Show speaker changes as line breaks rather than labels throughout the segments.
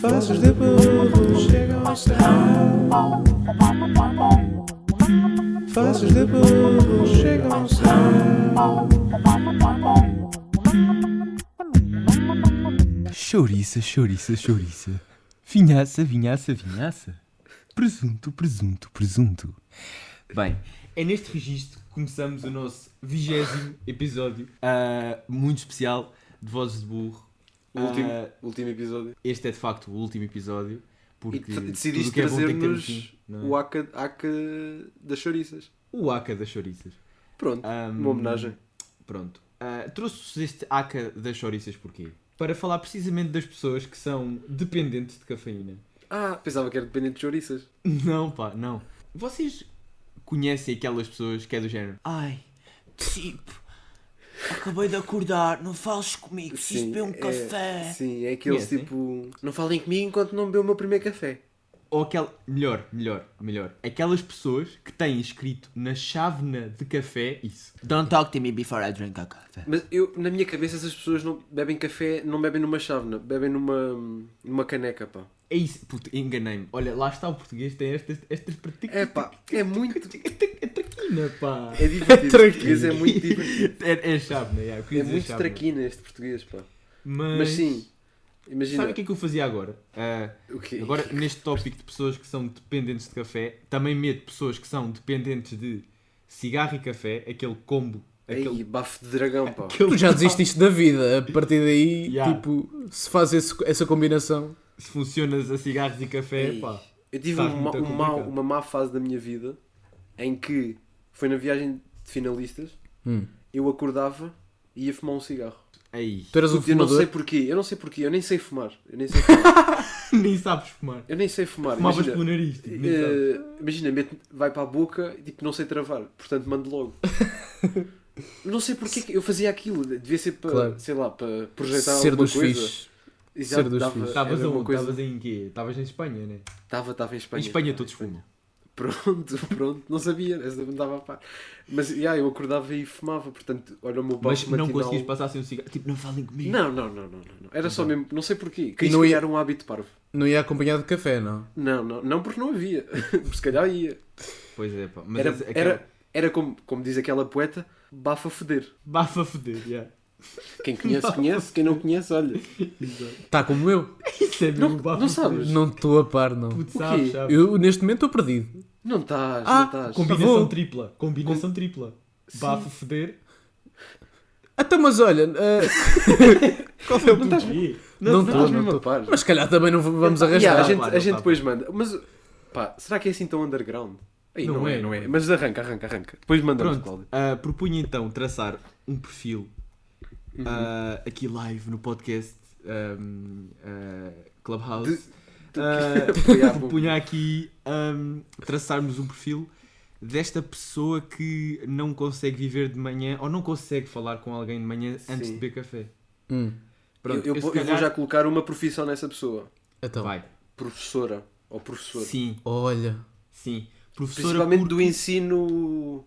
passos de burro chegam ao céu. Passos de burro chegam ao céu.
Chouriça, chouriça, chouriça. Vinhaça, vinhaça, vinhaça. Presunto, presunto, presunto. Bem, é neste registro que começamos o nosso vigésimo episódio ah, muito especial de Vozes de Burro.
O último,
Ah,
último episódio.
este é de facto o último episódio.
E
Porque
tu-
tudo o
decidiste
que é bom tem que ter um
trazer-nos
fim, não é?
o Aca, Aca das Chouriças.
o Aca das Chouriças.
Pronto,
Ahm,
uma homenagem.
Pronto. Ah, Trouxe-vos este Aca das Chouriças porquê? Para falar precisamente das pessoas que são dependentes de cafeína.
Ah, pensava que era dependente de chouriças.
Não, pá, não. Vocês conhecem aquelas pessoas que é do género?
Ai, tipo, acabei de acordar, não fales comigo, preciso beber um
É,
café.
sim, é aqueles
Conhecem?
tipo. Não falem comigo enquanto não beber o meu primeiro café.
Ou aquela. Melhor, melhor, melhor. Aquelas pessoas que têm escrito na chávena de café isso.
Don't talk to me before I drink a
É.
café.
Mas eu, na minha cabeça, essas pessoas não bebem café, não bebem numa chávena, bebem numa, numa caneca, pá.
É isso, puto, enganei-me. Olha, lá está o português, tem estas, estas partículas.
É pá, é muito.
É traquina, pá.
É divertido. português é muito divertido.
É, é chávena, é, eu
É
queria dizer
muito
chávena.
traquina este português, pá.
Mas,
Mas sim,
Sabe
imagina.
o que é que eu fazia agora? Ah,
O quê?
Agora, neste tópico de pessoas que são dependentes de café, também meto pessoas que são dependentes de cigarro e café, aquele combo, aquele.
Ei, bafo de dragão, pá.
aquele-
Tu já desististe da vida. A partir daí,
Yeah.
tipo, se faz esse- essa combinação.
Se funcionas a cigarros e café,
Ei,
pá.
Eu tive
Estás
um ma-
muito
um mau-
complicado.
uma má fase da minha vida em que foi na viagem de finalistas,
Hum.
eu acordava e ia fumar um cigarro.
Aí.
Tu eras um
eu não sei
fumador.
porquê, eu não sei porquê, eu nem sei fumar. Eu nem sei fumar.
Nem sabes fumar.
eu nem sei fumar.
Fumavas
Imagina,
pelo nariz. tipo, nem sabes.
eh, imagina mete- vai para a boca e tipo, não sei travar, portanto mando logo. não sei porquê que eu fazia aquilo, devia ser para,
Claro.
sei lá, para projetar
Ser
alguma
dos
coisa.
fixes.
Exato,
ser dos
dava-
filhos.
Estavas
era uma
aonde?
coisa-
Estavas em quê? Estavas em Espanha, né?
Estava, estava em
Em
Espanha.
Espanha todos fumam.
Pronto, pronto, não sabia, essa não estava a par. Mas já, eu acordava e fumava, portanto, olha o meu
Mas
bafo
não
matinal.
conseguias passar sem um cigarro. Tipo, não falem comigo.
Não, não, não, não, não, não. Era só mesmo, não sei porquê. Quis
não ia-
criar um hábito parvo.
Não ia acompanhado de café, não?
Não, não, não porque não havia. Se calhar ia.
Pois é, pá. Mas
Era,
essa- aquela-
era, era como, como diz aquela poeta, bafa foder.
Bafa a foder, já.
Quem conhece, conhece. Quem não conhece, olha.
Está Tá como eu.
Isso é
Não,
mesmo bafa
não
a foder.
sabes?
Não estou a par, não.
Puto,
O
sabes,
quê?
sabes.
Eu, neste momento, estou perdido.
Não estás,
Ah,
não estás.
com-
Combinação
Tá bom.
tripla. Combinação tripla. Bafo foder.
Então, mas olha, ah,
Qual foi o não, não,
não
não
estou,
estás
não
mesmo a
estou.
par.
Mas se calhar também não vamos
Ah, yeah, a
arrastar.
gente,
claro,
a gente
tá
depois manda. Mas, pá, será que é assim tão underground? Aí, não,
Não
é,
é,
não
não
é.
é.
Mas arranca, arranca, arranca. Depois mandamos,
Pronto.
Cláudio.
ah, propunha então traçar um perfil
Uhum.
ah, aqui live no podcast ahm, ah, Clubhouse. Ah,
Apoiar, pô.
propunha aqui ahm, traçarmos um perfil desta pessoa que não consegue viver de manhã ou não consegue falar com alguém de manhã antes de
Sim.
beber café.
Hum,
Pronto,
eu, eu
se
vou- eu vou
calhar-
já colocar uma profissão nessa pessoa.
então,
Vai.
Professora ou professor.
Sim,
olha.
sim. Professora
Principalmente do ensino.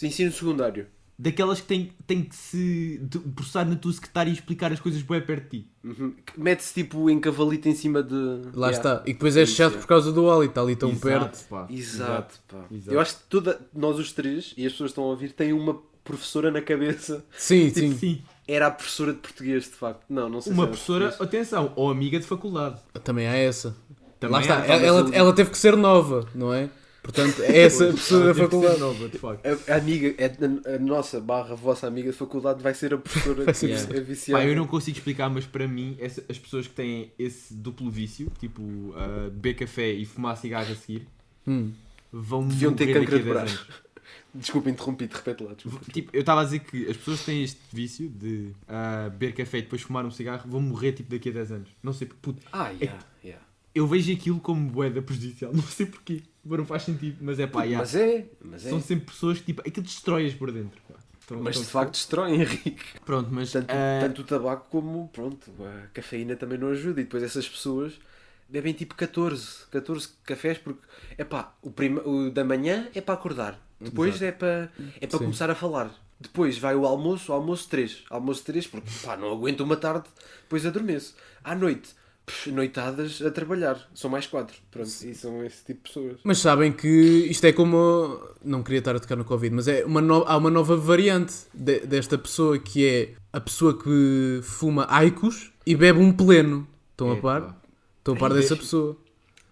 do ensino secundário.
Daquelas que tem, tem que se processar na tua secretária e explicar as coisas bem perto de ti.
Uhum. Que Mete-se tipo em cavalito em cima de.
Lá
Yeah.
está. E depois é
Isso,
chato
é.
por causa do óleo, está ali tão perto.
pá.
Exato, pá.
Exato.
Eu acho que toda, nós os três, e as pessoas estão a ouvir, têm uma professora na cabeça.
Sim,
Sim.
sim.
Era a professora de português, de facto. Não, não sei se é
Tipo assim, Uma
era de
professora,
português.
atenção, ou amiga de faculdade.
Também há essa.
Também
Lá está. ela,
há,
talvez
ela,
um-
ela teve que ser nova, não é? Portanto, é essa pessoa da
Teve que ser
faculdade.
nova, de facto.
A, a amiga, é, a, a nossa barra, a vossa amiga de faculdade vai ser a professora
ser
que
professora.
é viciada.
Pá, eu não consigo explicar, mas para mim, essa- as pessoas que têm esse duplo vício, tipo ah, beber café e fumar cigarro a seguir,
Hum.
vão
Deviam ter
morrer daqui
cancro
a
de
10
braço.
anos.
Desculpa, interrompi-te, repete lá. Desculpa.
Tipo, eu estava a dizer que as pessoas que têm este vício de ah, beber café e depois fumar um cigarro vão morrer tipo daqui a 10 anos. Não sei, porque, puto,
Ah, yeah, yeah.
eu vejo aquilo como boeda prejudicial, não sei porquê, mas não faz sentido, mas é pá, já.
Mas é, mas é.
são sempre pessoas que tipo, aquilo destrói-as por dentro. pá. Então,
Mas de
então,
facto destrói, Henrique.
Pronto, mas.
Tanto,
ah,
tanto o tabaco como, pronto, a cafeína também não ajuda. E depois essas pessoas bebem tipo 14, 14 cafés porque, é pá, o, prima- o da manhã é para acordar. Depois é para é para começar a falar. Depois vai o almoço, almoço 3. Almoço 3 porque, pá, não aguento uma tarde, depois adormeço. À noite, pff, noitadas a trabalhar. São mais quatro. Pronto, e são esse tipo de pessoas.
Mas sabem que isto é como. Não queria estar a tocar no Covid, mas é uma no- há uma nova variante de- desta pessoa que é a pessoa que fuma Aicos e bebe um pleno. Estão
é,
a par? Estão a par dessa pessoa.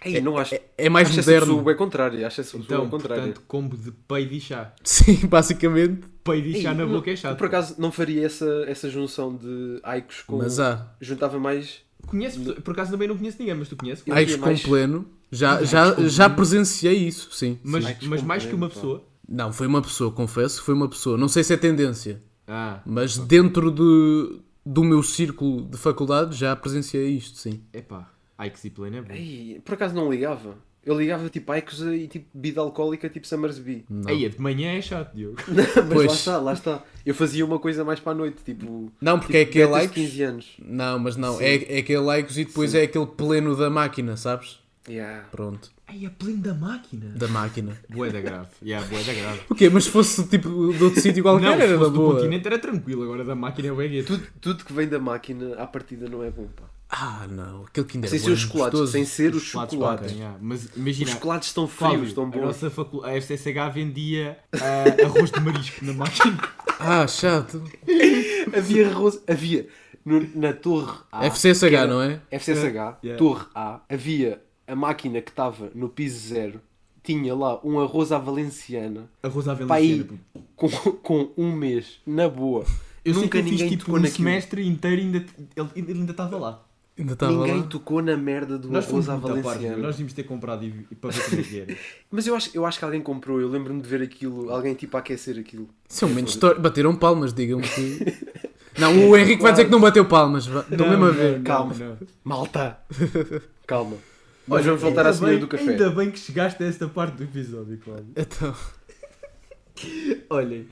Ei, não acho.
é- é mais
acho
moderno.
Acho é contrário. Acho esse então,
Então,
ao contrário.
portanto, combo de peido e chá.
Sim, basicamente.
Peido e chá
Ei,
na
não-
boca é chato.
Por acaso, não faria essa, essa junção de Aikos com.
Mas ah, há.
Juntava mais.
Conheces, por acaso também não conheço ninguém, mas tu conheces?
Eu
Aicos
queria
com
mais-
pleno. Já, já, já presenciei isso, sim.
Mas,
Ai, que um
mas mais que uma
descompreendo,
pessoa.
Não, foi uma pessoa, confesso que foi uma pessoa. Não sei se é tendência,
Ah,
mas dentro de, do meu círculo de faculdade já presenciei isto, sim.
epá. Ai que plena é bom.
Ei, por acaso não ligava. Eu ligava tipo Aikos e tipo bebida alcoólica tipo Summersby.
Ei, a de manhã é chato, Diogo.
Mas
Hum. Pois.
lá está, lá está. Eu fazia uma coisa mais para a noite, tipo.
Não, porque é aquele
betas de
likes.
15 anos.
Não, mas não, é, é aquele likes e depois é aquele pleno da máquina, sabes?
Yeah.
Pronto,
Ai, a é pleno da máquina.
da máquina.
Boa da grave. Yeah, boa da grave.
O quê? Mas se fosse tipo de outro sítio
Não,
qualquer
se
era da
fosse do
boa.
continente era tranquilo, agora da máquina é o gueto.
Tudo, tudo que vem da máquina à partida não é bom, pá.
Ah, não, aquele Kinder
sem
Bueno
ser os chocolates,
gostoso.
sem ser os
Chocolates
chocolates.
batem, yeah. Mas
Os
imagina,
chocolates estão frios,
Fábio,
estão
a
bons.
nossa facu... a FCSH vendia ah, arroz de marisco na máquina.
Ah, chato.
Havia arroz, havia no- na Torre A.
FCSH,
Ah, que era-
não é?
FCSH,
Yeah.
Torre A, havia a máquina que estava no piso zero, tinha lá um arroz à valenciana,
Arroz à
pá, aí
valenciana. é puto.
com, com um mês, na boa.
Eu
Nunca
sei que eu fiz
ninguém
tipo
tocou
um
naquilo.
semestre inteiro e ainda, ele, ele ainda estava lá.
Ainda estava
Ninguém
lá.
tocou na merda do
Nós fomos
arroz à
muito parvos,
valenciana.
nós devíamos ter comprado e, e para ver como é que era.
Mas eu acho, eu acho que alguém comprou, eu lembro-me de ver aquilo, alguém tipo a aquecer aquilo.
Isso é um momento histórico. Bateram palmas, digam-me que. Não, o Henrique vai dizer que não bateu palmas. vá. Estão mesmo a ver.
calma.
não.
Malta! Calma. Nós vamos voltar à
Ainda
senhora
bem-
do café.
Ainda bem que chegaste a esta parte do episódio, Cláudio.
Então,
Olhem,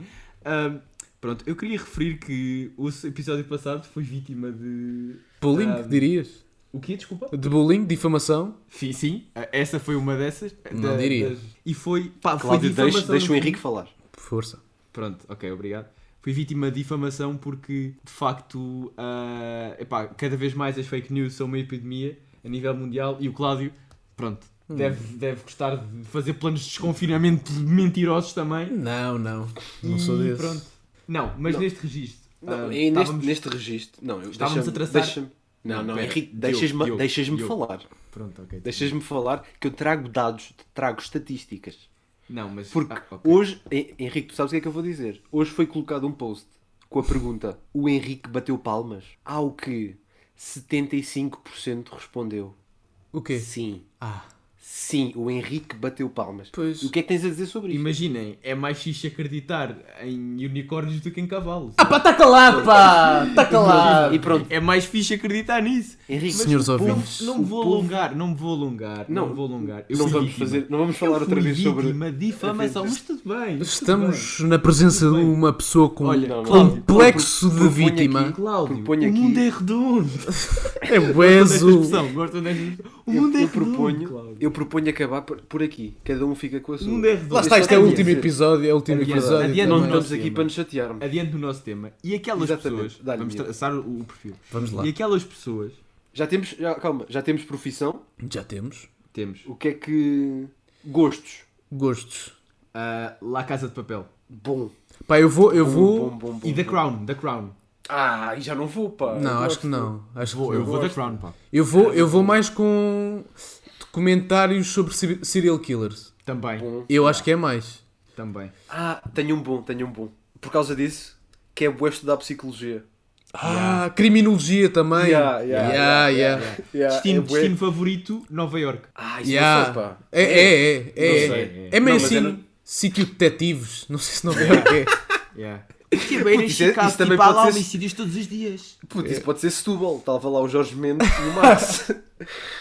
ahm, pronto, eu queria referir que o episódio passado foi vítima de.
bullying,
Ah,
dirias?
O quê? Desculpa?
De bullying, difamação?
Sim, sim, essa foi uma dessas.
Não diria.
e foi. Pá, foi
Cláudio, deixa,
difamação no
deixa o
fim.
Henrique falar.
Força.
Pronto, ok, obrigado. Fui vítima de difamação porque, de facto, ah, epá, cada vez mais as fake news são uma epidemia a nível mundial e o Cláudio, pronto,
Hum.
deve, deve gostar de fazer planos de desconfinamento mentirosos também.
Não, não. Não
e
sou desse.
pronto. Não, mas
Não.
neste registro.
Não,
ah,
e neste,
estávamos-
neste registro. Não, eu
Estávamos
deixa-me-
a traçar-
deixa-me- não,
Não,
não,
pera,
Henrique,
Diogo,
deixas-me
Diogo,
deixas
Diogo.
falar.
Pronto, ok.
Deixas-me falar que eu trago dados, trago estatísticas.
Não, mas.
Porque
ah, ok.
hoje, Hen- Henrique, tu sabes o que é que eu vou dizer? Hoje foi colocado um post com a pergunta: o Henrique bateu palmas? Ao que 75% respondeu:
O quê?
sim.
Ah.
Sim, o Henrique bateu palmas.
Pois.
E o que é que tens a dizer sobre isto?
Imaginem, é mais fixe acreditar em unicórnios do que em cavalos.
Ah, pá, tá calado, pá! Tá calado!
E pronto,
É mais fixe acreditar nisso.
Henrique,
Senhores
o povo-
ouvintes.
Não me vou
O povo-
alongar, não me vou alongar, não,
Não,
me vou alongar.
não
fui
vamos
vítima.
fazer, não vamos
Eu
falar outra
fui
vez sobre.
vítima de difamação, mas tudo bem. tudo
Estamos na presença de
Tudo bem.
uma pessoa com
Olha,
um
não,
Cláudio,
complexo
propon-
de
proponho aqui-
vítima.
bem. Cláudio,
Proponho
o
aqui-
mundo é redondo.
É bué
Gostam desta
azul.
expressão, gostam desta expressão. O
Eu,
mundo é
eu
redondo,
proponho,
Cláudio.
eu proponho acabar por, por aqui. Cada um fica com a sua.
O mundo é redondo.
Lá está, isto é o último episódio, é o último
Adianta,
episódio.
adianta.
Não
também.
Não,
estamos
não,
aqui
não.
para nos chatearmos.
Adiante do nosso tema. E aquelas
Exatamente,
pessoas...
dá-lhe
Vamos
medo.
traçar o, o perfil.
Vamos lá.
E aquelas pessoas...
Já temos, já, calma, já temos profissão.
Já temos.
Temos
O que é que. Gostos.
Gostos.
ah, La Casa de Papel.
Bom.
Pá, eu vou, eu
Bom,
vou.
bom, bom, bom,
E The
bom.
Crown, The Crown.
Ah, e já não vou, pá. Eu
Não, acho
gosto.
que não. Acho que
Vou, eu
não.
vou The Crown, pá.
Eu vou, eu vou mais com documentários sobre se- serial killers.
Também,
Bom.
Eu acho que é mais.
também.
Ah, tenho um bom, tenho um bom. Por causa disso, que é bué estudar psicologia.
Ah, criminologia também.
Yeah, yeah,
Yeah, yeah.
Yeah,
Destino,
é bué-
destino favorito, Nova York.
Ah, isso
Yeah.
não sei, pá.
É, é, é. É,
Não sei.
é meio
Não, mas
assim,
era-
sítio de detetives. Não sei se não é o que é.
Yeah.
Porque bem,
isso é-
neste caso,
isso também
tipo, há
pode
lá
ser-
um
homicídios todos os dias.
Puto, isso pode ser Setúbal. Estava É. lá o Jorge Mendes e o Max.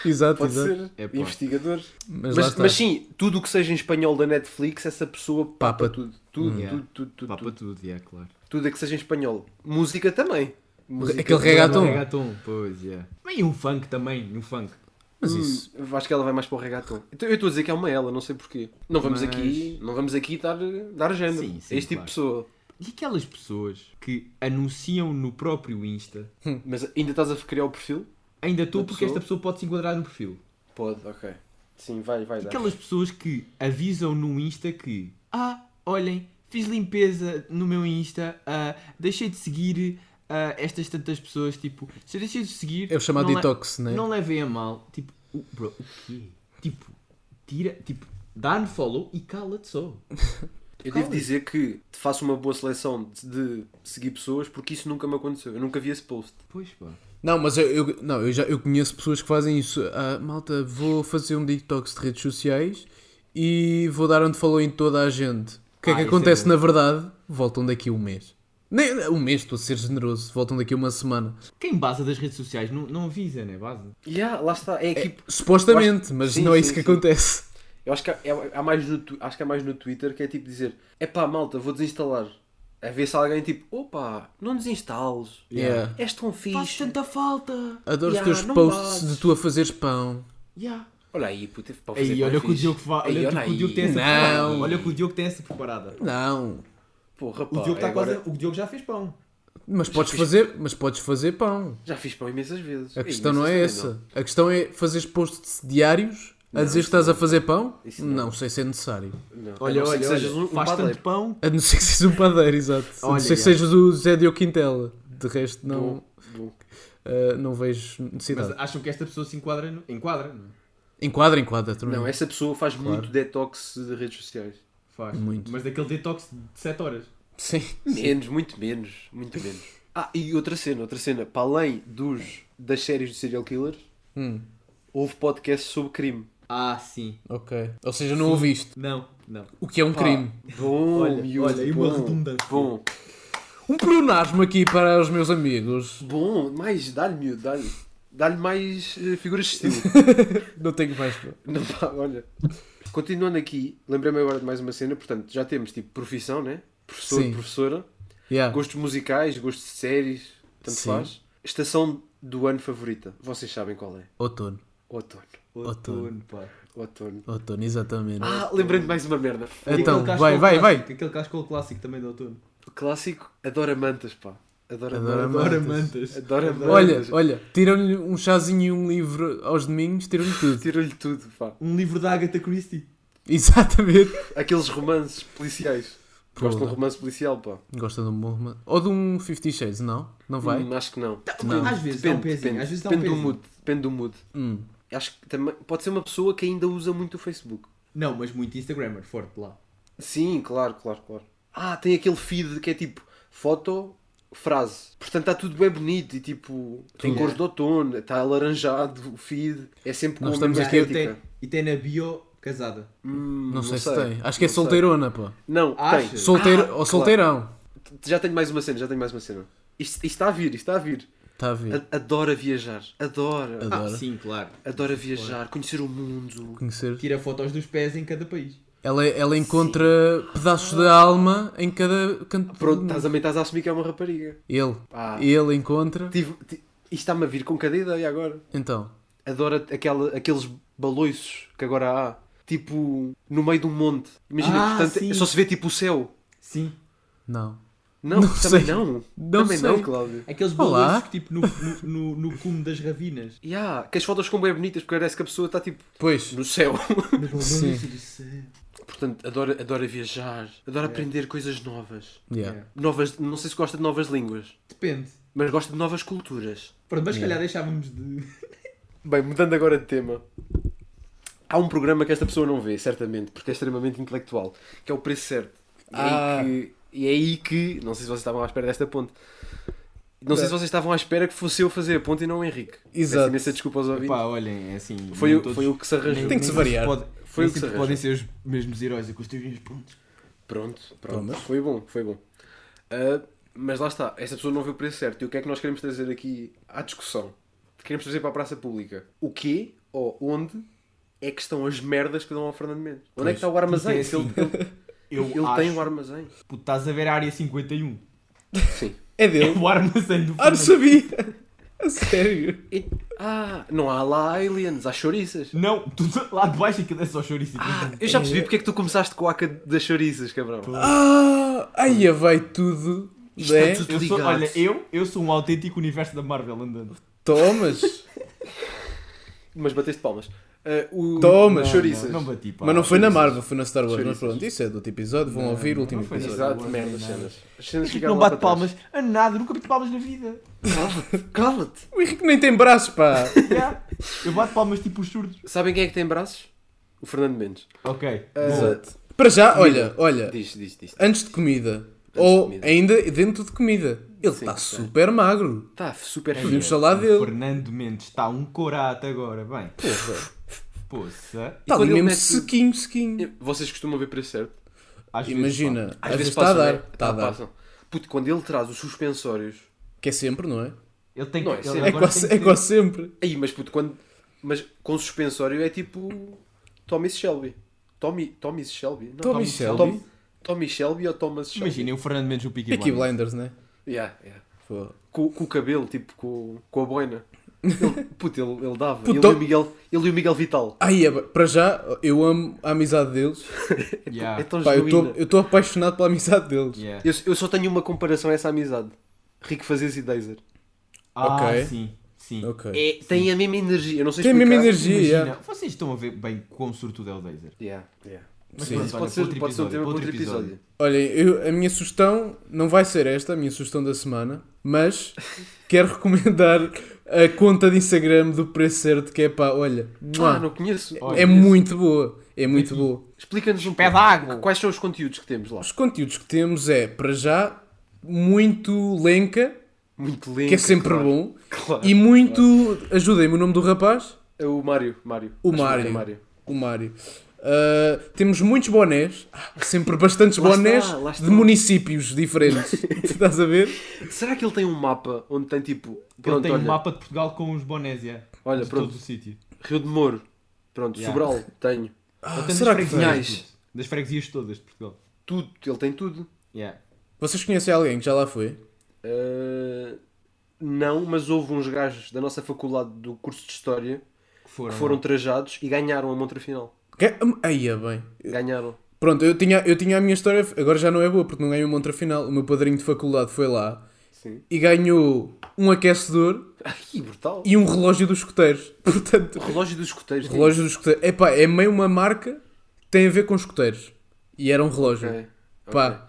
Exato,
Pode
exato.
ser.
É, pá.
Investigadores.
Mas,
Mas,
lá está.
mas sim, tudo o que seja em espanhol da Netflix, essa pessoa papa,
Papa.
tudo. Tudo,
Yeah.
tudo, tudo, tudo,
Pá, para
tudo.
tudo, yeah, claro.
Tudo é que seja em espanhol. Música também. Música.
Aquele regatão.
Regatão, pois, yeah. Mas e um funk também, um funk.
Mas
Hum,
isso.
acho que ela vai mais para o regatão. Então, Eu estou a dizer que é uma ela, não sei porquê. Não vamos
Mas-
aqui, não vamos aqui dar, dar género.
Sim, sim,
este tipo
claro.
de pessoa.
E aquelas pessoas que anunciam no próprio Insta
Mas ainda estás a criar o perfil?
Ainda estou porque
pessoa?
esta pessoa pode se enquadrar no perfil.
Pode, ok. Sim, vai, vai dar.
Aquelas pessoas que avisam no Insta que Ah, olhem, fiz limpeza no meu Insta, ah, deixei de seguir ah, estas tantas pessoas, tipo, se eu deixei de seguir.
É o chamado
não le-
detox, né?
Não levem a mal. Tipo, o- bro, o quê? Tipo, tira, tipo, dá-me follow e cala-te só.
Eu devo
Calma.
dizer que faço uma boa seleção de, de seguir pessoas porque isso nunca me aconteceu. Eu nunca vi esse post.
Pois pá.
Não, mas eu, eu- não, eu já eu conheço pessoas que fazem isso. Ah, malta, vou fazer um detox de redes sociais e vou dar onde falou em toda a gente. O que é
Ah,
que
isso é
acontece
bom.
na verdade? Voltam daqui um mês. Nem, um mês, estou a ser generoso. Voltam daqui uma semana.
Quem baza das redes sociais não, não avisa, né? Baza.
Yeah, lá está. É equipe.
Supostamente, mas
sim,
não é
sim,
isso que
sim.
acontece.
Eu acho que há, é- há mais no, tu- acho que há mais no Twitter que é tipo dizer: é pá, malta, vou desinstalar. A ver se alguém tipo: opa, não desinstales.
Yeah.
És tão
Faz
fixe.
tanta falta.
Adoro
Yeah,
os teus
não
posts
bases.
de tu a fazeres pão.
Yeah.
Olha aí, puta, para fazer
Aí,
pão
olha que o
fixe.
Diogo fa-
Ei,
olha
olha
que o Diogo
aí.
tem essa
Não.
preparada. Olha que o Diogo tem essa preparada.
Não,
Porra,
O
pá, é
Diogo, tá
agora-
quase- o Diogo já fez pão.
mas podes, fazer, mas podes fazer pão.
Já fiz pão imensas vezes.
A
Ei,
questão não
imensas
é
também
essa. A questão é fazeres posts diários a dizer que estás a fazer pão?
Isso não.
não. sei se é necessário.
Não. A
Olha,
não ser
olha,
que
olha
sejas um, um
faz
padeiro.
tanto pão.
A não ser que sejas um padeiro, exato. a não
Olha,
ser que
já.
sejas o Zé Diogo Quintela. De resto, não,
Bom, bom.
ah, não vejo
Mas
necessidade.
Ah.
acham que esta pessoa se enquadra? No... Enquadra, não é?
Enquadra, enquadra também.
Hum.
Não, é- essa pessoa faz muito detox de redes sociais.
Faz.
Muito.
Mas daquele detox de 7 horas.
Sim.
Menos, muito menos, muito menos. Ah, e outra cena, outra cena. Para além dos, das séries de serial killers,
Hum,
houve podcasts sobre crime.
Ah, sim.
ok. Ou seja, não ouviste.
Não, não.
O que é um
Pá,
crime.
Bom,
Olha,
miúdo,
olha, e
bom,
uma redundância.
Bom,
Um pronasmo aqui para os meus amigos.
bom, mais, dá-lhe miúdo, dá-lhe. Dá-lhe mais eh, figuras de estilo.
Não tenho mais. pá.
Não pá, olha. Continuando aqui, lembrei-me agora de mais uma cena, portanto, já temos tipo profissão, né? Professor,
Sim.
professora,
Yeah.
gostos musicais, gostos de séries, tanto
Sim.
faz. Estação do ano favorita, vocês sabem qual é?
Outono.
Outono.
Outono.
pá.
Outono.
Outono, exatamente.
Ah, lembrei-me de mais uma merda.
E
então,
aquele casco é
vai, vai, vai.
clássico, Aquele casco é clássico também do outono.
O clássico adora mantas, pá. Adora,
Adora
mantas.
Mantas.
Adora
Adora mantas.
mantas.
Olha, olha, tiram-lhe um chazinho e um livro aos domingos, tiram-lhe tudo.
Tirou-lhe tudo, pá.
Um livro da Agatha Christie.
Exatamente.
Aqueles romances policiais.
Pô,
Gosto de um
não.
romance policial, pá.
Gosta de um bom romance. Ou de um Fifty Shades, não? Não vai?
Hum, acho que não.
Não.
Às vezes dá um pezinho.
depende,
Às vezes dá um
depende do
pezinho.
mood. Depende do mood.
Hum.
Acho que também pode ser uma pessoa que ainda usa muito o Facebook.
Não, mas muito Instagrammer, forte lá.
Sim, claro, claro, claro. Ah, tem aquele feed que é tipo foto, frase. Portanto, está tudo bem bonito e tipo, tem cores de outono, está alaranjado o feed. É sempre com
Nós
a mesma
estamos aqui a
estética.
Tem- E tem na bio casada.
Hum,
Não sei se
sei,
tem. Acho que é
não sei.
solteirona, pá.
Não,
Achas?
tem.
Solteiro,
Ah,
ou
claro.
solteirão.
Já tenho mais uma cena, já tenho mais uma cena. Isto, isto está a vir, isto está a vir.
Está Tá a ver.
A- Adora viajar. Adora.
Adoro. Adora.
sim, claro.
Adora viajar, conhecer o mundo.
Conhecer.
Tira fotos dos pés em cada país.
Ela, é- ela encontra pedaços da alma em cada canto.
Pronto, estás a, também estás a assumir que é uma rapariga.
Ele.
Ah.
Ele encontra.
Tive, ti- isto está-me a vir com cada ideia agora.
Então.
Adora aquela, aqueles baloiços que agora há. Tipo, no meio de um monte. Imagina,
Ah,
portanto,
sim.
só se vê tipo o céu.
Sim.
Não.
Não,
Não
também
sei.
não.
Não
também
sei.
não, Cláudio.
Aqueles
Olá.
balões que tipo no, no, no, no cume das ravinas.
E há, que as fotos ficam bem bonitas porque parece que a pessoa está tipo
Pois.
no céu.
No balão
Sim.
é do céu.
Portanto, adora, adora viajar, adora aprender coisas novas.
Yeah.
novas. Não sei se gosta de novas línguas,
Depende.
mas gosta de novas culturas.
Pronto, mas se calhar deixávamos de.
Bem, mudando agora de tema. Há um programa que esta pessoa não vê, certamente, porque é extremamente intelectual, que é o Preço Certo. E, é,
Ah.
aí que, e é aí que, não sei se vocês estavam à espera desta ponte, não sei se vocês estavam à espera que fosse eu fazer a ponte e não o Henrique. Peço
Exato.
imensa desculpa aos ouvintes.
Pá, olhem, é assim.
foi,
nem
o-
todos-
foi o que se arranjou.
Tem que se
nem
variar.
todos pode-
Foi
nem
o que se
sempre
arranja.
podem ser os mesmos heróis a construir os pontos.
Pronto, pronto.
Pronto.
Foi bom, foi bom. Ah, mas lá está, esta pessoa não vê o preço certo. E o que é que nós queremos trazer aqui à discussão? Queremos trazer para a praça pública. O quê ou onde é que estão as merdas que dão ao Fernando Mendes? Onde é que está o armazém?
porque é
Se ele ele,
Eu
ele
acho.
tem um armazém.
Puto, estás a ver a área 51.
Sim.
É
É
dele.
o armazém do
Ah, não
Fernando.
sabia. A sério.
E- ah, não há lá aliens, há chouriças.
Não, tudo lá de baixo aquilo é só chouriço.
Ah, eu já percebi porque é que tu começaste com a aca das chouriças, cabrão.
Ah, aí vai tudo.
Isto
né?
é tudo
eu sou,
ligado.
olha, eu, eu sou um autêntico universo da Marvel andando.
Tomas.
mas bateste palmas. Ah, o...
Toma,
o
não,
chouriças.
Não bati pá.
Mas não foi na Marvel, foi na Star Wars. Mas
Chouriças.
pronto, isso é do outro episódio. Vão ouvir o último
não foi
episódio.
Exato,
Não,
merda,
não,
as
não.
cenas. As cenas ficaram
Não
lá
bate
para
palmas a nada, nunca bati palmas na vida.
trás. Cala-te!
O Henrique nem tem braços, pá.
Yeah. Eu bato palmas tipo os surdos.
Sabem quem é que tem braços? O Fernando Mendes.
Ok.
É.
Exato. Para já, olha, olha.
Diz, diz, diz.
Antes de comida.
de
ou
comida.
ainda dentro de comida. Ele
Sim,
está
tá.
super magro.
Está Tá super
É
fino.
Podemos falar
O
dele.
Fernando Mendes está um corato agora, bem.
Porra.
Poça.
Está Tá
quando
ali
ele
mesmo
mete-
sequinho, sequinho.
Vocês costumam ver preço certo?
Às vezes,
Imagina,
Às
às vezes está a
passam,
dar.
né?
Está a
Tá,
dar.
passam. Puto, quando ele traz os suspensórios.
Que é sempre, não é?
pá, Ele tem que.
Não, é
ele
sério.
É
agora
quase,
tem
é
que ter-
quase sempre.
Aí, mas puto, quando. Mas com suspensório é tipo. Tommy Shelby. Tommy. Tommy Shelby? Não,
Tommy Shelby.
Tom- Tommy Shelby ou Thomas Shelby?
Imaginem o Fernando Mendes no Peaky
Peaky
Blinders.
Blinders, né?
Yeah, yeah.
Pô.
Com, com o cabelo, tipo, com, com a boina. Ele, puto, ele, ele dava.
Puto,
ele, e
Tom-
o Miguel, ele e o Miguel Vital.
Ai, é, para já, eu amo a amizade deles.
Yeah.
É tão
Pá, eu
genuína.
estou apaixonado pela amizade deles.
Yeah.
Eu, eu só tenho uma comparação a essa amizade. Rico Fazes e Deiser.
Ah,
Ok.
sim. Sim.
Ok.
É, tem a mesma energia. Eu não sei
Tem a mesma
explicar.
energia,
Imagina,
yeah.
vocês estão a ver bem quão sortudo é o Dazer.
Yeah, yeah.
Mas
Sim.
pronto,
Isso
olha,
pode, ser,
para
pode ser um tema
outro
para outro episódio.
Olha, eu- a minha sugestão não vai ser esta, a minha sugestão da semana, mas quero recomendar a conta de Instagram do Preço Certo, que é pá, olha,
Ah,
mua,
não conheço.
Olha,
é muito boa, é muito boa.
Explica-nos um
Pé
pouco.
d'água.
Quais são os conteúdos que temos lá?
Os conteúdos que temos é, para já, muito lenca,
Muito lindo.
que é sempre
claro.
bom,
Claro.
e muito, ajudem-me o nome do rapaz,
É O Mário. Mário.
O
Acho que é
Mário. o Mário. Ah, temos muitos bonés, Ah, sempre bastantes
Lá está,
bonés
lá está.
de municípios diferentes. Estás a ver?
Será que ele tem um mapa onde tem tipo.
Ele
Pronto,
tem
olha,
um mapa de Portugal com os Bonésia.
Olha,
de
pronto.
todo o sítio.
Rio de Moro. Pronto,
Yeah.
Sobral. Tenho.
Ah,
Ele tem
será
das
que
freguesias
tem?
tudo. Das freguesias todas de Portugal.
Tudo. Ele tem tudo.
Yeah.
Vocês conhecem alguém que já lá foi?
Ah, não, mas houve uns gajos da nossa faculdade do curso de História
Que foram.
que foram trajados e ganharam a montra final.
Que- Aí é bem.
Ganharam.
Pronto, eu tinha, eu tinha a minha história, agora já não é boa porque não ganhei uma outra final. O meu padrinho de faculdade foi lá
Sim.
e ganhou um aquecedor
Ai, brutal.
e um relógio dos escuteiros. Portanto,
O relógio dos escoteiros.
relógio dos escuteiros. Epá, é meio uma marca que tem a ver com escuteiros. E era um relógio.
Ok, ok.
Pá,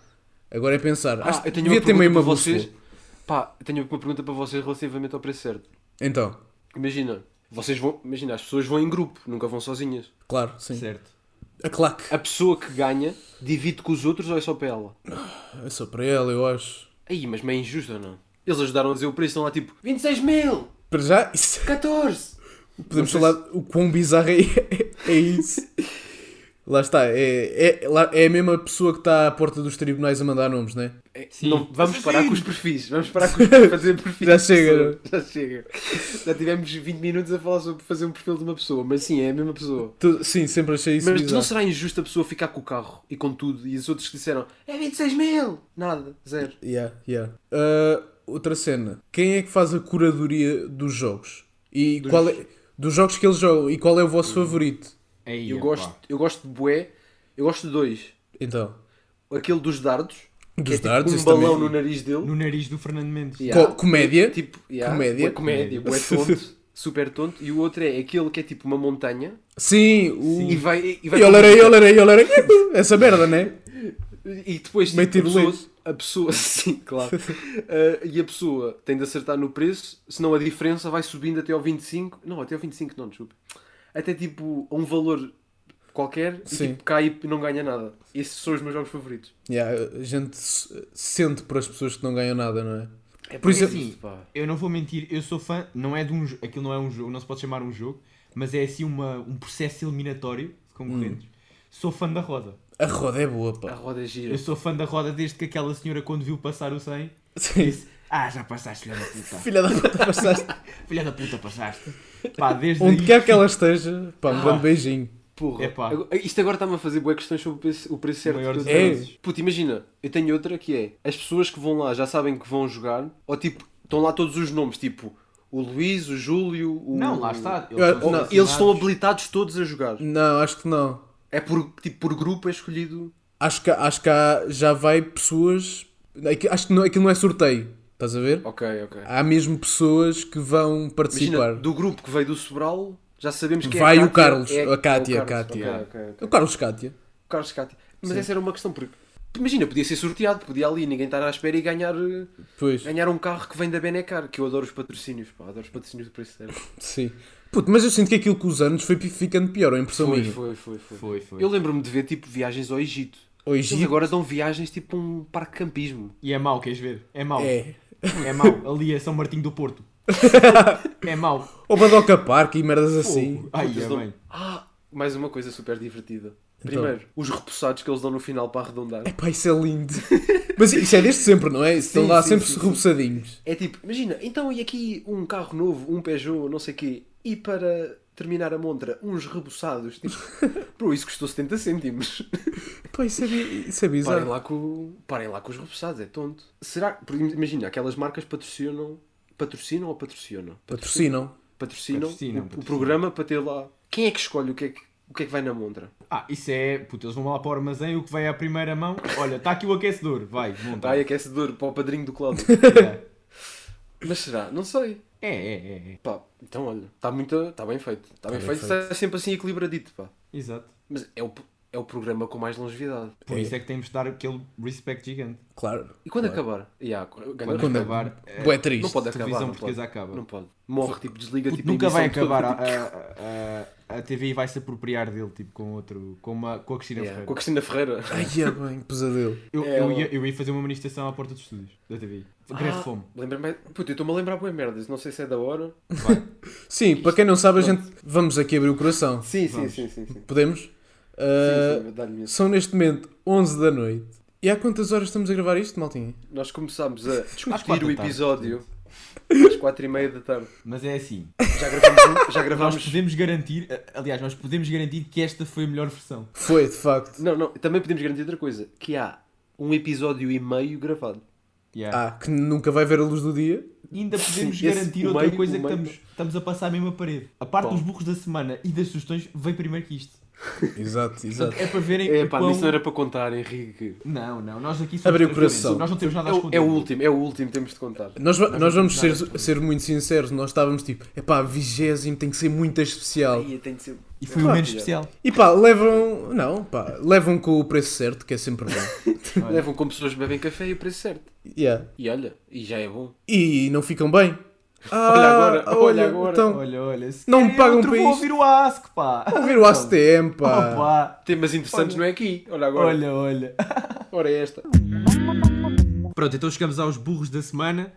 agora é pensar.
Ah,
Acho que
eu tenho
devia
uma
ter meio
pergunta
uma
para vocês.
bússola.
Pá, eu tenho uma pergunta para vocês relativamente ao preço certo.
Então,
Imagina, vocês vão, imagina, as pessoas vão em grupo, nunca vão sozinhas.
claro, sim.
Certo.
A claque.
A pessoa que ganha divide com os outros ou é só para ela?
É só para ela, eu acho.
Aí, mas meio injusto ou não? Eles ajudaram a dizer o preço, estão lá tipo 26 mil,
Para já, isso
14.
Podemos
Não sei
falar o quão bizarro é, é isso. lá está, é, é, lá- é a mesma pessoa que está à porta dos tribunais a mandar nomes, né?
É,
Sim.
Não, vamos
Sim.
parar com os perfis, vamos parar com os perfis, fazer perfis.
Já
de
chega,
pessoa. Já chega. Já tivemos 20 minutos a falar sobre fazer um perfil de uma pessoa, mas sim, é a mesma pessoa.
Tu- sim, sempre achei isso
Mas não
bizarro.
será injusto a pessoa ficar com o carro e com tudo e os outros que disseram é 26 mil? Nada, zero.
Yeah, yeah. Ah, outra cena. Quem é que faz a curadoria dos jogos? E qual é, dos jogos que eles jogam e qual é o vosso favorito?
Aí,
Eu
epá.
gosto, eu gosto de bué, eu gosto de dois.
Então,
Aquele dos dardos, que
dos
é tipo
dardos,
um
isso
balão no
também.
nariz dele.
No nariz do Fernando Mendes.
Yeah.
Co- comédia?
Tipo, yeah,
Comédia?
bué comédia, bué tonto, super tonto. E o outro é aquele que é tipo uma montanha
Sim, o.
e vai... E, vai
Eu lerei, eu lerei, eu lerei. Essa merda, né?
E depois tipo,
Meio
a pessoa...
tirolês.
A pessoa, sim, claro. Uh, e a pessoa tem de acertar no preço, senão a diferença vai subindo até ao 25. Não, até ao 25 não, desculpa. Até tipo a um valor qualquer e
Sim.
tipo, cai e não ganha nada. Esses são os meus jogos favoritos.
Yeah, a gente se- sente para as pessoas que não ganham nada, não é?
É
Por exemplo-
isso, pá.
Eu não vou mentir, eu sou fã, não é de um jo- aquilo não é um jogo, não se pode chamar um jogo, mas é assim uma, um processo eliminatório de concorrentes.
Hum.
Sou fã da roda.
A roda é boa, pá.
A roda é gira.
Eu sou fã da roda desde que aquela senhora, quando viu passar o 100,
Sim.
disse: Ah, já passaste, filha da puta.
Filha da puta, passaste.
Filha da puta, passaste. Pá, desde
Um
Onde
aí.
quer que ela esteja, pá,
Ah.
um grande beijinho.
Porra.
Epá.
Agora- Isto agora está-me a fazer boas questões sobre o preço, o preço certo.
maior
que eu
dos
tenho.
erros.
Puta, imagina, eu tenho outra que é as pessoas que vão lá já sabem que vão jogar, ou tipo, estão lá todos os nomes, tipo o Luís, o Júlio, o.
Não, lá está. Eles,
Eu-
são
não,
selecionados.
Eles estão habilitados todos a jogar.
Não, acho que não.
É por, tipo, por grupo é escolhido.
Acho que, acho que há- já vai pessoas. Aqui- Acho que não, aquilo não é sorteio, estás a ver?
Ok, ok.
Há mesmo pessoas que vão
Ah, Imagina,
participar.
do grupo que veio do Sobral, Já sabemos que
Vai
é a
o
Cátia,
Carlos,
é-
a Cátia,
é o
a
Carlos,
Cátia.
ok, ok, ok.
É O Carlos Cátia.
O Carlos Cátia. Mas essa era uma questão, porque imagina, podia ser sorteado, podia ali ninguém estar à espera e ganhar, eh,
Pois,
ganhar um carro que vem da Benecar, que eu adoro os patrocínios, pá, adoro os patrocínios do preço zero.
sim. Puto, mas eu sinto que aquilo com os anos foi pi- ficando pior, é a impressão
Foi,
minha.
foi, foi, foi.
Foi, foi.
Eu lembro-me de ver tipo viagens ao Egito.
Hoje
Eles agora dão viagens tipo um parque de campismo.
E é mau, queres ver? É mau. É,
é.
mau. Ali é São Martinho do Porto. é mau.
Ou Badoca Park e merdas assim.
Fogo. Ai,
Eles
é
dão-
bem.
Ah, mais uma coisa super divertida. Primeiro, os repousados que eles dão no final para arredondar.
Epá, isso é lindo. Mas isso é desde sempre, não é? Estão
Sim,
lá
sim,
sempre
sim, sim.
rebuçadinhos.
É tipo, imagina, então e aqui um carro novo, um Peugeot, não sei o quê, e para terminar a montra, uns reboçados. Tipo, bro, isso custou 70 cêntimos.
Pá, isso é, bi- isso é
Parem
bizarro.
lá, com, parem lá com os reboçados, é tonto. Será que, porque imagina, aquelas marcas patrocinam, patrocinam ou patrocinam?
Patrocinam.
Patrocinam, o, o
Patrocinam, patrocinam.
programa para ter lá. Quem é que escolhe o que é que, o que, é que vai na montra?
Ah, isso é. Puto, eles vão lá para o armazém, o que vem à primeira mão. Olha, está aqui o aquecedor. Vai, monta.
Vai aquecedor para o padrinho do Cláudio. Mas será? Não sei.
É, é, é, é.
Pá, então olha, está muito, está bem feito.
Tá
Está bem,
bem
feito,
feito.
está sempre assim equilibradito, pá.
Exato.
Mas é o, é o programa com mais longevidade.
Por
É.
isso é que temos de dar aquele respect gigante.
Claro.
E quando
claro.
acabar? Ya, quando-
Quando
Quando
acabar,
é... Bué triste.
Não pode
a
acabar. Não
televisão
pode.
portuguesa acaba.
não pode. Morre, tipo, desliga.
Puto,
tipo, a
nunca vai
emissão toda,
acabar.
tipo,
A, a, a TVI vai se apropriar dele, tipo, com outro. Com, uma, com a Cristina
ya,
Ferreira.
É. Com a Cristina Ferreira.
Ai, é bem, pesadelo.
Eu,
É,
eu
ela-
ia, eu ia fazer uma manifestação à porta dos estúdios da TVI. Greve de fome.
Ah, Lembra-me. Puta, eu estou-me a lembrar boa merdas. Não sei se é da hora.
Sim, para quem não sabe, a gente. Vamos aqui abrir o coração.
Sim, sim, sim, sim. sim.
Podemos? Ah,
sim, sim, dá-lhe isso.
São neste momento 11 da noite. E há quantas horas estamos a gravar isto, Maltinho?
Nós começámos a discutir
quatro
o
da tarde,
episódio às quatro e meia da tarde.
Mas é assim.
Já gravámos. um- Já
Nós
gravámos.
podemos garantir, a- aliás, nós podemos garantir que esta foi a melhor versão.
Foi, de facto.
Não, não. Também podemos garantir outra coisa. Que há um episódio e meio gravado. É.
Yeah.
Ah, que nunca vai ver a luz do dia.
Ainda podemos
esse-
garantir
o
outra
meio-
coisa
o
que
meio-
estamos, estamos a passar mesmo a parede. A parte dos burros da semana e das sugestões vem primeiro que isto.
Exato, exato.
Portanto, é para verem
É
o
pá,
quão...
nisso não era para contar, Henrique.
Não, não, nós aqui somos
Abriu o
transparentes.
coração.
Nós não temos nada a
É o-
esconder.
É o último, é o último, temos de contar.
Nós, va- nós vamos ser, ser muito sinceros, nós estávamos tipo, epá, vigésimo tem que ser muito especial.
Aí tem de ser. um.
E foi o
Pá,
menos
já.
especial.
E pá, levam. Não, pá, levam com o preço certo, que é sempre bom.
Levam com pessoas que bebem café e o preço certo.
Yeah.
E olha, e já é bom.
E não ficam bem. Ah,
Olha agora, olha agora.
Então,
Olha, olha. Se
Não me
querem
pagam
outro,
para
vou
isto.
ouvir o ASC, pá.
vou ver o
Então.
ACTM,
Oh,
pá.
pá.
Temas interessantes não é aqui. Olha agora.
Olha, olha.
Ora é esta.
Pronto, então chegamos aos burros da semana.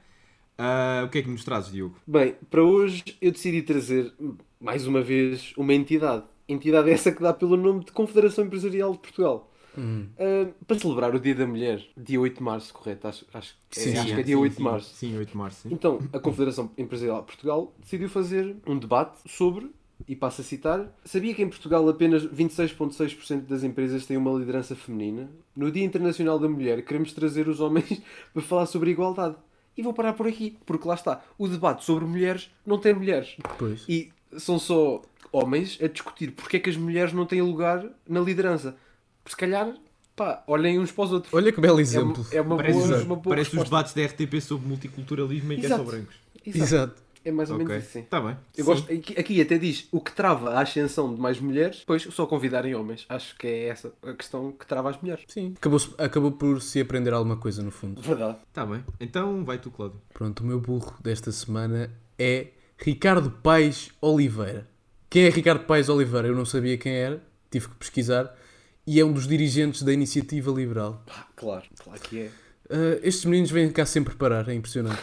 Ah, o que é que nos trazes, Diogo?
Bem, para hoje eu decidi trazer mais uma vez uma entidade. Entidade essa que dá pelo nome de Confederação Empresarial de Portugal.
Hum.
Ah, para celebrar o Dia da Mulher, dia 8 de março, correto? Acho, acho, é,
Sim,
acho que é dia
sim,
8 de
sim.
março.
Sim, 8 de março, sim.
Então, a Confederação Empresarial de Portugal decidiu fazer um debate sobre, e passo a citar, sabia que em Portugal apenas 26,6% das empresas têm uma liderança feminina? No Dia Internacional da Mulher, queremos trazer os homens para falar sobre igualdade. E vou parar por aqui, porque lá está, o debate sobre mulheres não tem mulheres.
Pois.
E são só homens a discutir porque é que as mulheres não têm lugar na liderança. Se calhar, pá, olhem uns para os outros.
Olha que belo
É uma,
exemplo.
é uma
Parece,
boa,
os,
uma boa
parece os
resposta.
debates da RTP sobre multiculturalismo e que é
Exato.
só brancos.
Exato.
Exato.
É mais ou
Ok,
menos assim.
está bem.
Eu gosto, aqui, aqui até diz o que trava a ascensão de mais mulheres, pois só convidarem homens. Acho que é essa a questão que trava as mulheres.
Sim. Acabou, acabou por se aprender alguma coisa no fundo.
Verdade.
Está bem. Então vai tu, Cláudio.
Pronto, o meu burro desta semana é Ricardo Paes Oliveira. Quem é Ricardo Paes Oliveira? Eu não sabia quem era, tive que pesquisar. E é um dos dirigentes da Iniciativa Liberal.
Pá, claro, claro que é.
Uh, estes meninos vêm cá sempre parar, é impressionante.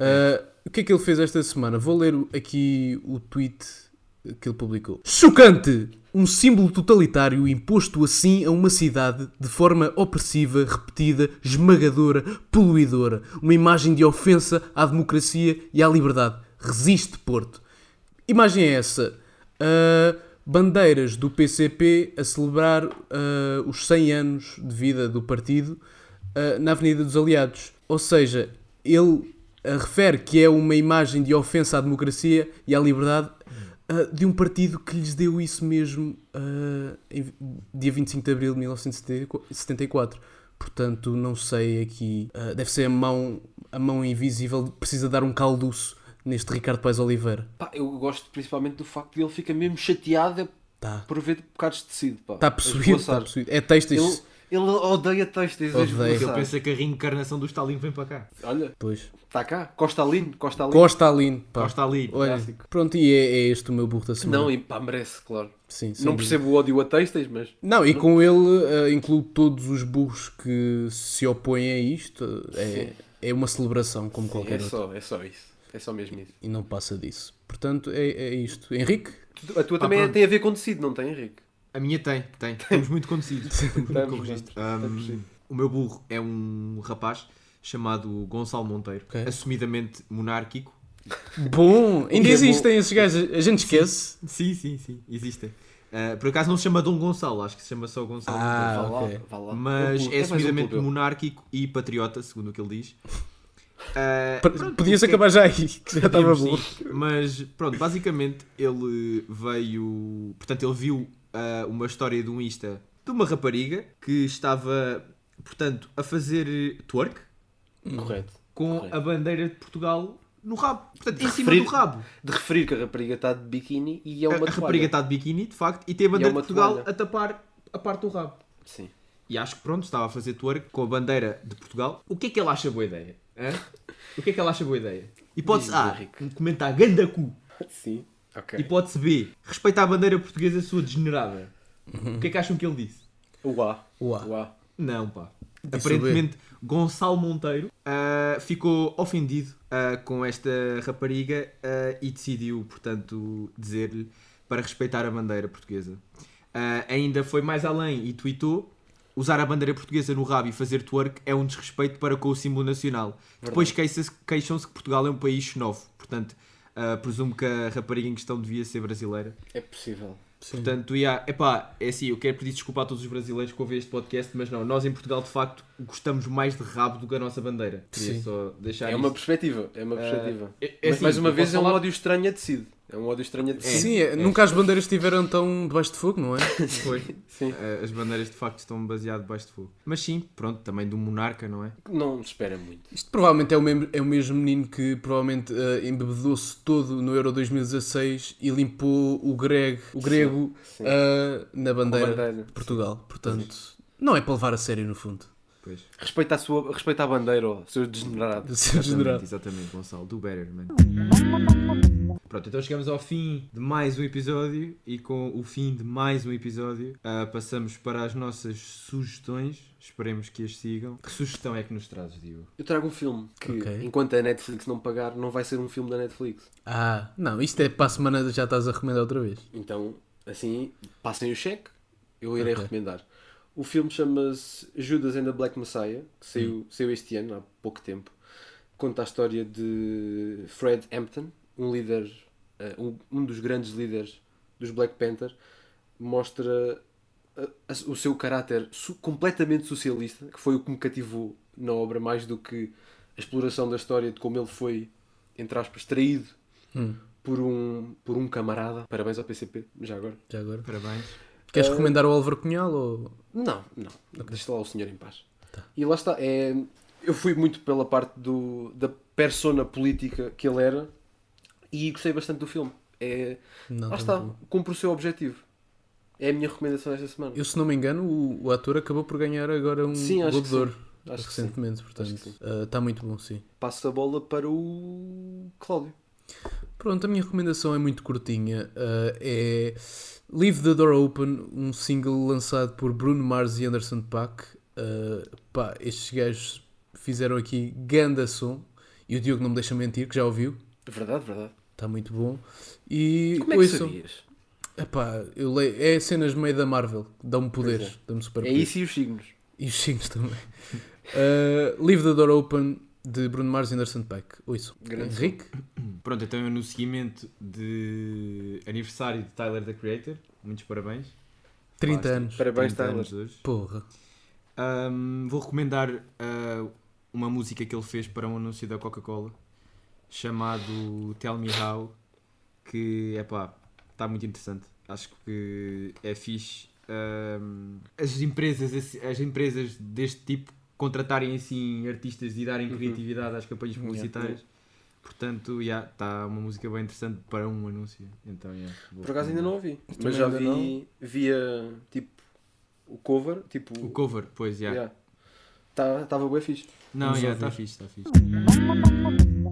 Uh, o que é que ele fez esta semana? Vou ler o- aqui o tweet que ele publicou. Chocante! Um símbolo totalitário imposto assim a uma cidade de forma opressiva, repetida, esmagadora, poluidora. Uma imagem de ofensa à democracia e à liberdade. Resiste, Porto. Imagem é essa. Uh, bandeiras do PCP a celebrar uh, os 100 anos de vida do partido uh, na Avenida dos Aliados. Ou seja, ele uh, refere que é uma imagem de ofensa à democracia e à liberdade uh, de um partido que lhes deu isso mesmo uh, em dia 25 de abril de 1974. ah, Portanto, não sei aqui. uh, deve ser a mão, a mão invisível, precisa dar um calduço neste Ricardo Paes Oliveira.
Pá, eu gosto principalmente do facto de ele fica mesmo chateado é
Tá.
por ver bocados de tecido. Pá.
Está Tá possuído, está
Esvoaçar.
possuído. É texto
Ele,
isto.
ele odeia textos.
Odeia.
Odeia.
Ele
Pensa...
Pensa que a reencarnação do Stalin vem para cá.
Olha,
Pois.
está cá. Costa Aline, Costa Aline.
Costa Aline. Pá.
Costa ali.
Olha, pronto, e é, é este o meu burro da semana.
Não, e pá, merece, claro.
Sim, sem
não
dúvida.
percebo o ódio a textos, mas.
Não, e com ele eh, incluo todos os burros que se opõem a isto. É, é uma celebração, como
É
qualquer outra.
só, é só isso. É só mesmo isso.
E não passa disso. Portanto, é, é isto. Henrique?
Tu- A tua também
pronto.
tem a ver com tecido, não tem, Henrique?
A minha tem, tem. Estamos muito conhecidos. Estamos muito
Estamos,
com registro.
estamos,
Um,
sim.
o meu burro é um rapaz chamado Gonçalo Monteiro,
Ok.
assumidamente monárquico.
Bom, ainda
é
existem esses gajos. A gente esquece.
Sim, sim, sim, existem. Uh, por acaso não se chama Dom Gonçalo, acho que se chama só Gonçalo.
Ah,
vá
ok.
lá, vá lá.
Mas
um clube.
é
mais um
assumidamente
clube, eu.
monárquico e patriota, segundo o que ele diz. Uh,
Pa-
pronto,
Podias
o que é-
acabar já aí, que já estava bom.
Podíamos, sim. Mas pronto, basicamente ele veio. Portanto, ele viu ah, uma história de um Insta de uma rapariga que estava, portanto, a fazer twerk
Correto.
com
Correto.
a bandeira de Portugal no rabo. Portanto, em cima
referir-
do rabo.
De referir que a rapariga está de biquíni e é
A,
uma é
a rapariga está de biquíni, de facto, e tem a bandeira
uma
de Portugal
toalha.
a tapar a parte do rabo.
Sim.
E acho que pronto, estava a fazer twerk com a bandeira de Portugal. O que é que ele acha boa ideia? hã? O que é que ele acha boa ideia? Hipótese
Diz-me,
A,
Henrique.
comentar ganda cu
Sim. Ok.
Hipótese B. Respeita a bandeira portuguesa, sua degenerada. O que é que acham que ele disse?
O A.
Uá.
O A.
Não, pá.
o
Aparentemente, Gonçalo Monteiro ah, ficou ofendido ah, com esta rapariga ah, e decidiu, portanto, dizer-lhe para respeitar a bandeira portuguesa. Ah, ainda foi mais além e tweetou: usar a bandeira portuguesa no rabo e fazer twerk é um desrespeito para com o símbolo nacional. Depois queixa-se- queixam-se que Portugal é um país xenófobo. Portanto, ah, presumo que a rapariga em questão devia ser brasileira.
É possível.
Portanto, yeah, epá, é assim, eu quero pedir desculpa a todos os brasileiros que ouvem este podcast, mas não, nós em Portugal de facto gostamos mais de rabo do que a nossa bandeira. Queria
Sim.
só deixar
É uma
isto.
perspectiva. É uma perspectiva.
é- é
Mas
assim,
mais uma
eu
vez
posso
é um
falar-
ódio estranho a tecido. É um ódio estranho a tecido.
Sim, é, nunca as bandeiras estiveram tão debaixo de fogo, não é?
Foi.
Sim.
Eh, as bandeiras de facto estão baseadas debaixo de fogo. Mas sim, pronto, também do monarca, não é?
Não se espera muito.
Isto provavelmente é o mesmo, é o mesmo menino que provavelmente eh, embebedou-se todo no Euro 2016 e limpou o grego, o grego
sim.
eh, na bandeira,
bandeira,
de Portugal. Portanto, não é para levar a sério no fundo.
Pois.
Respeita a, sua, respeita a bandeira, ó, seu degenerado.
De ser general.
Exatamente, exatamente, Gonçalo, do Better, man. Pronto, então chegamos ao fim de mais um episódio e com o fim de mais um episódio ah, passamos para as nossas sugestões. Esperemos que as sigam. Que sugestão é que nos trazes, Diogo?
Eu trago um filme que,
Ok.
enquanto a Netflix não pagar, não vai ser um filme da Netflix.
Ah, não, isto é para a semana já estás a recomendar outra vez.
Então, assim, passem o cheque, eu irei
Ok.
recomendar. O filme chama-se Judas and the Black Messiah, que saiu, saiu este ano, há pouco tempo. Conta a história de Fred Hampton, um líder, eh, um, um dos grandes líderes dos Black Panther. Mostra eh, a- o seu caráter su- completamente socialista, que foi o que me cativou na obra, mais do que a exploração da história de como ele foi, entre aspas, traído por um, por um camarada. Parabéns ao PCP, já agora.
Já agora.
Parabéns.
Eh,
Queres recomendar o Álvaro Cunhal ou.
Não, não. Deixa lá o senhor em paz.
Tá.
E lá está. É, eu fui muito pela parte do, da persona política que ele era e gostei bastante do filme. É,
Não,
lá
tá
está.
muito bom.
Cumpre o seu objetivo. É a minha recomendação esta semana.
Eu, se não me engano, o, o ator acabou por ganhar agora um
Sim, acho
Globo
que
de
sim.
Ouro
Acho que sim.
recentemente, portanto, eh, está muito bom, sim.
Passo a bola para o Cláudio.
Pronto, a minha recomendação é muito curtinha. uh, é Leave the Door Open, um single lançado por Bruno Mars e Anderson Paak. Uh, pá, estes gajos fizeram aqui ganda som. E o Diogo não me deixa mentir, que já ouviu.
Verdade, verdade.
Está muito bom. E
Como é que
ouçam-
sabias?
Epá, eu leio- é cenas meio da Marvel. Dão-me poderes, dão-me super
É isso e os signos.
E os signos também. Uh, Leave the Door Open, de Bruno Mars e Anderson Paak. Ouçam.
Grande som.
Henrique?
Pronto, então eu no seguimento de aniversário de Tyler the Creator, muitos parabéns.
30
Basta.
anos.
Parabéns,
30
Tyler.
anos hoje.
Porra.
Ahm, vou recomendar ah, uma música que ele fez para um anúncio da Coca-Cola chamado Tell Me How que é pá, está muito interessante. Acho que é fixe ahm, as, empresas, assim- as empresas
Uhum.
deste tipo contratarem assim artistas e darem criatividade às campanhas publicitárias. tá
Portanto, está uma música bem interessante para um anúncio. Então, yeah, vou
Por acaso ainda
recomendar.
não ouvi. Mas
também
já
ainda
vi,
não.
via, tipo, o cover. Tipo,
O cover, pois, já.
yeah. Tá- Tava bem fixe.
Não,
Vamos
já,
tá
está
ouvir.
fixe, está fixe.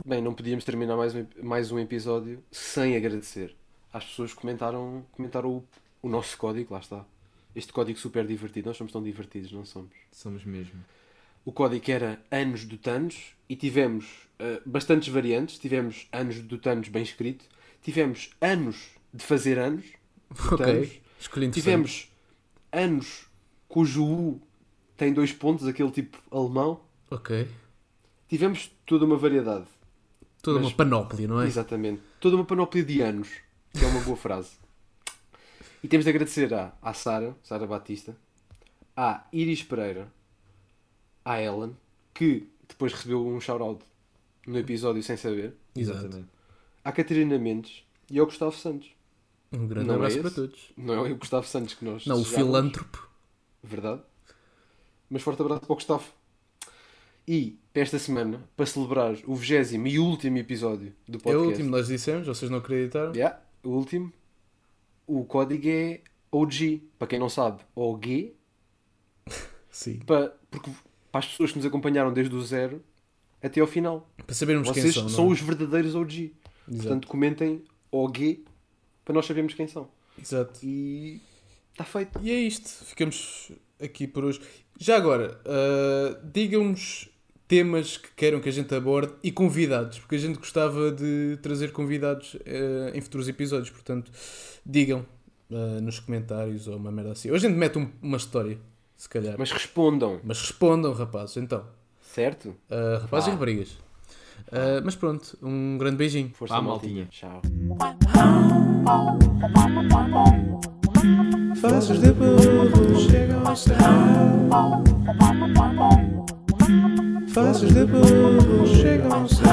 Bem, não podíamos terminar mais um, ep- mais um episódio sem agradecer às pessoas que comentaram, comentaram o, o nosso código, lá está. Este código super divertido, nós somos tão divertidos, não somos?
Somos mesmo.
O código era Anos do Thanos e tivemos eh, bastantes variantes. Tivemos Anos do Thanos bem escrito, tivemos Anos de fazer anos, do Thanos,
Ok. Escolhi interessante.
tivemos Anos cujo U tem dois pontos, aquele tipo alemão.
Ok.
Tivemos toda uma variedade.
Toda
Mas-
uma panóplia, não é?
Exatamente. Toda uma panóplia de anos, que é uma boa frase. E temos de agradecer à, à Sara, Sara Batista, à Iris Pereira, à Ellen, que depois recebeu um shout-out no episódio sem saber,
Exato.
à Catarina Mendes e ao Gustavo Santos.
Um grande
Não é
abraço
esse? é
para todos.
Não é o Gustavo Santos que nós.
Não, o
desejávamos,
filântropo.
Verdade. Mas forte abraço para o Gustavo. E para esta semana, para celebrar o vigésimo e último episódio do
É
podcast.
o último, nós dissemos, vocês não acreditaram.
Yeah, o último. O código é OG, para quem não sabe, OG,
Sim.
para, porque, para as pessoas que nos acompanharam desde o zero até ao final.
Para sabermos quem
Vocês
são.
são,
não é?
os verdadeiros OG.
Exato.
Portanto, comentem OG para nós sabermos quem são.
Exato.
E está feito.
E é isto. Ficamos aqui por hoje. Já agora, ah, digam-nos temas que queiram que a gente aborde e convidados, porque a gente gostava de trazer convidados ah, em futuros episódios. Portanto, digam ah, nos comentários ou uma merda assim. Ou a gente mete um- uma história, se calhar. Mas,
Mas respondam,
respondam, rapazes. Então,
certo?
ah, rapazes e raparigas. Ah, mas pronto, um grande beijinho.
Força,
Vá,
maltinha.
maltinha.
Tchau.
Faces de burro chegam ao céu. Faces de burro chegam ao céu.